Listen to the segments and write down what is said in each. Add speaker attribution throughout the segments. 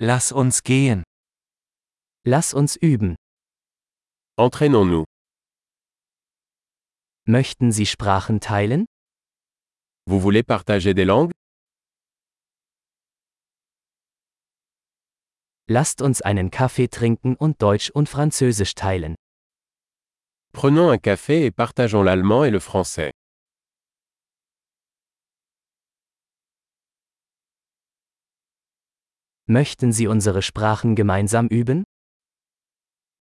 Speaker 1: Lass uns gehen.
Speaker 2: Lass uns üben.
Speaker 3: Entraînons-nous.
Speaker 2: Möchten Sie Sprachen teilen?
Speaker 3: Vous voulez partager des langues
Speaker 2: Lasst uns einen Kaffee trinken und Deutsch und Französisch teilen.
Speaker 3: Prenons un café et partageons l'allemand et le français.
Speaker 2: Möchten Sie unsere Sprachen gemeinsam üben?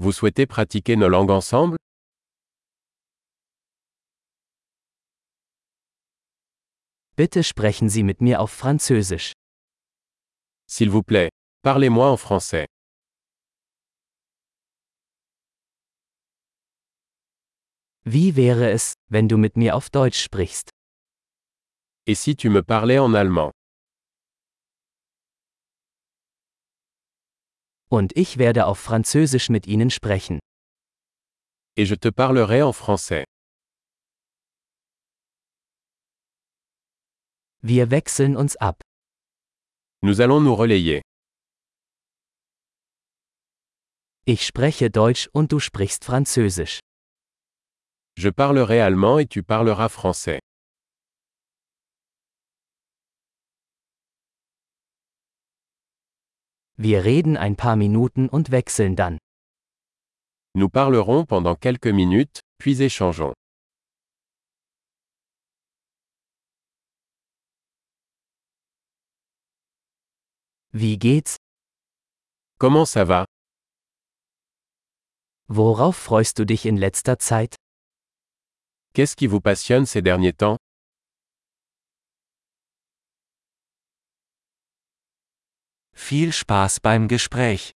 Speaker 3: Vous souhaitez pratiquer nos langues ensemble
Speaker 2: Bitte sprechen Sie mit mir auf Französisch.
Speaker 3: S'il vous plaît, parlez-moi en français.
Speaker 2: Wie wäre es, wenn du mit mir auf Deutsch sprichst?
Speaker 3: Et si tu me parlais en allemand
Speaker 2: Und ich werde auf Französisch mit Ihnen sprechen.
Speaker 3: Et je te parlerai en français.
Speaker 2: Wir wechseln uns ab.
Speaker 3: Nous allons nous relayer.
Speaker 2: Ich spreche Deutsch und du sprichst Französisch.
Speaker 3: Je parlerai allemand et tu parleras français.
Speaker 2: Wir reden ein paar Minuten und wechseln dann.
Speaker 3: Nous parlerons pendant quelques minutes, puis échangeons.
Speaker 2: Wie geht's?
Speaker 3: Comment ça va
Speaker 2: Worauf freust du dich in letzter Zeit?
Speaker 3: Qu'est-ce qui vous passionne ces derniers temps
Speaker 1: Viel Spaß beim Gespräch.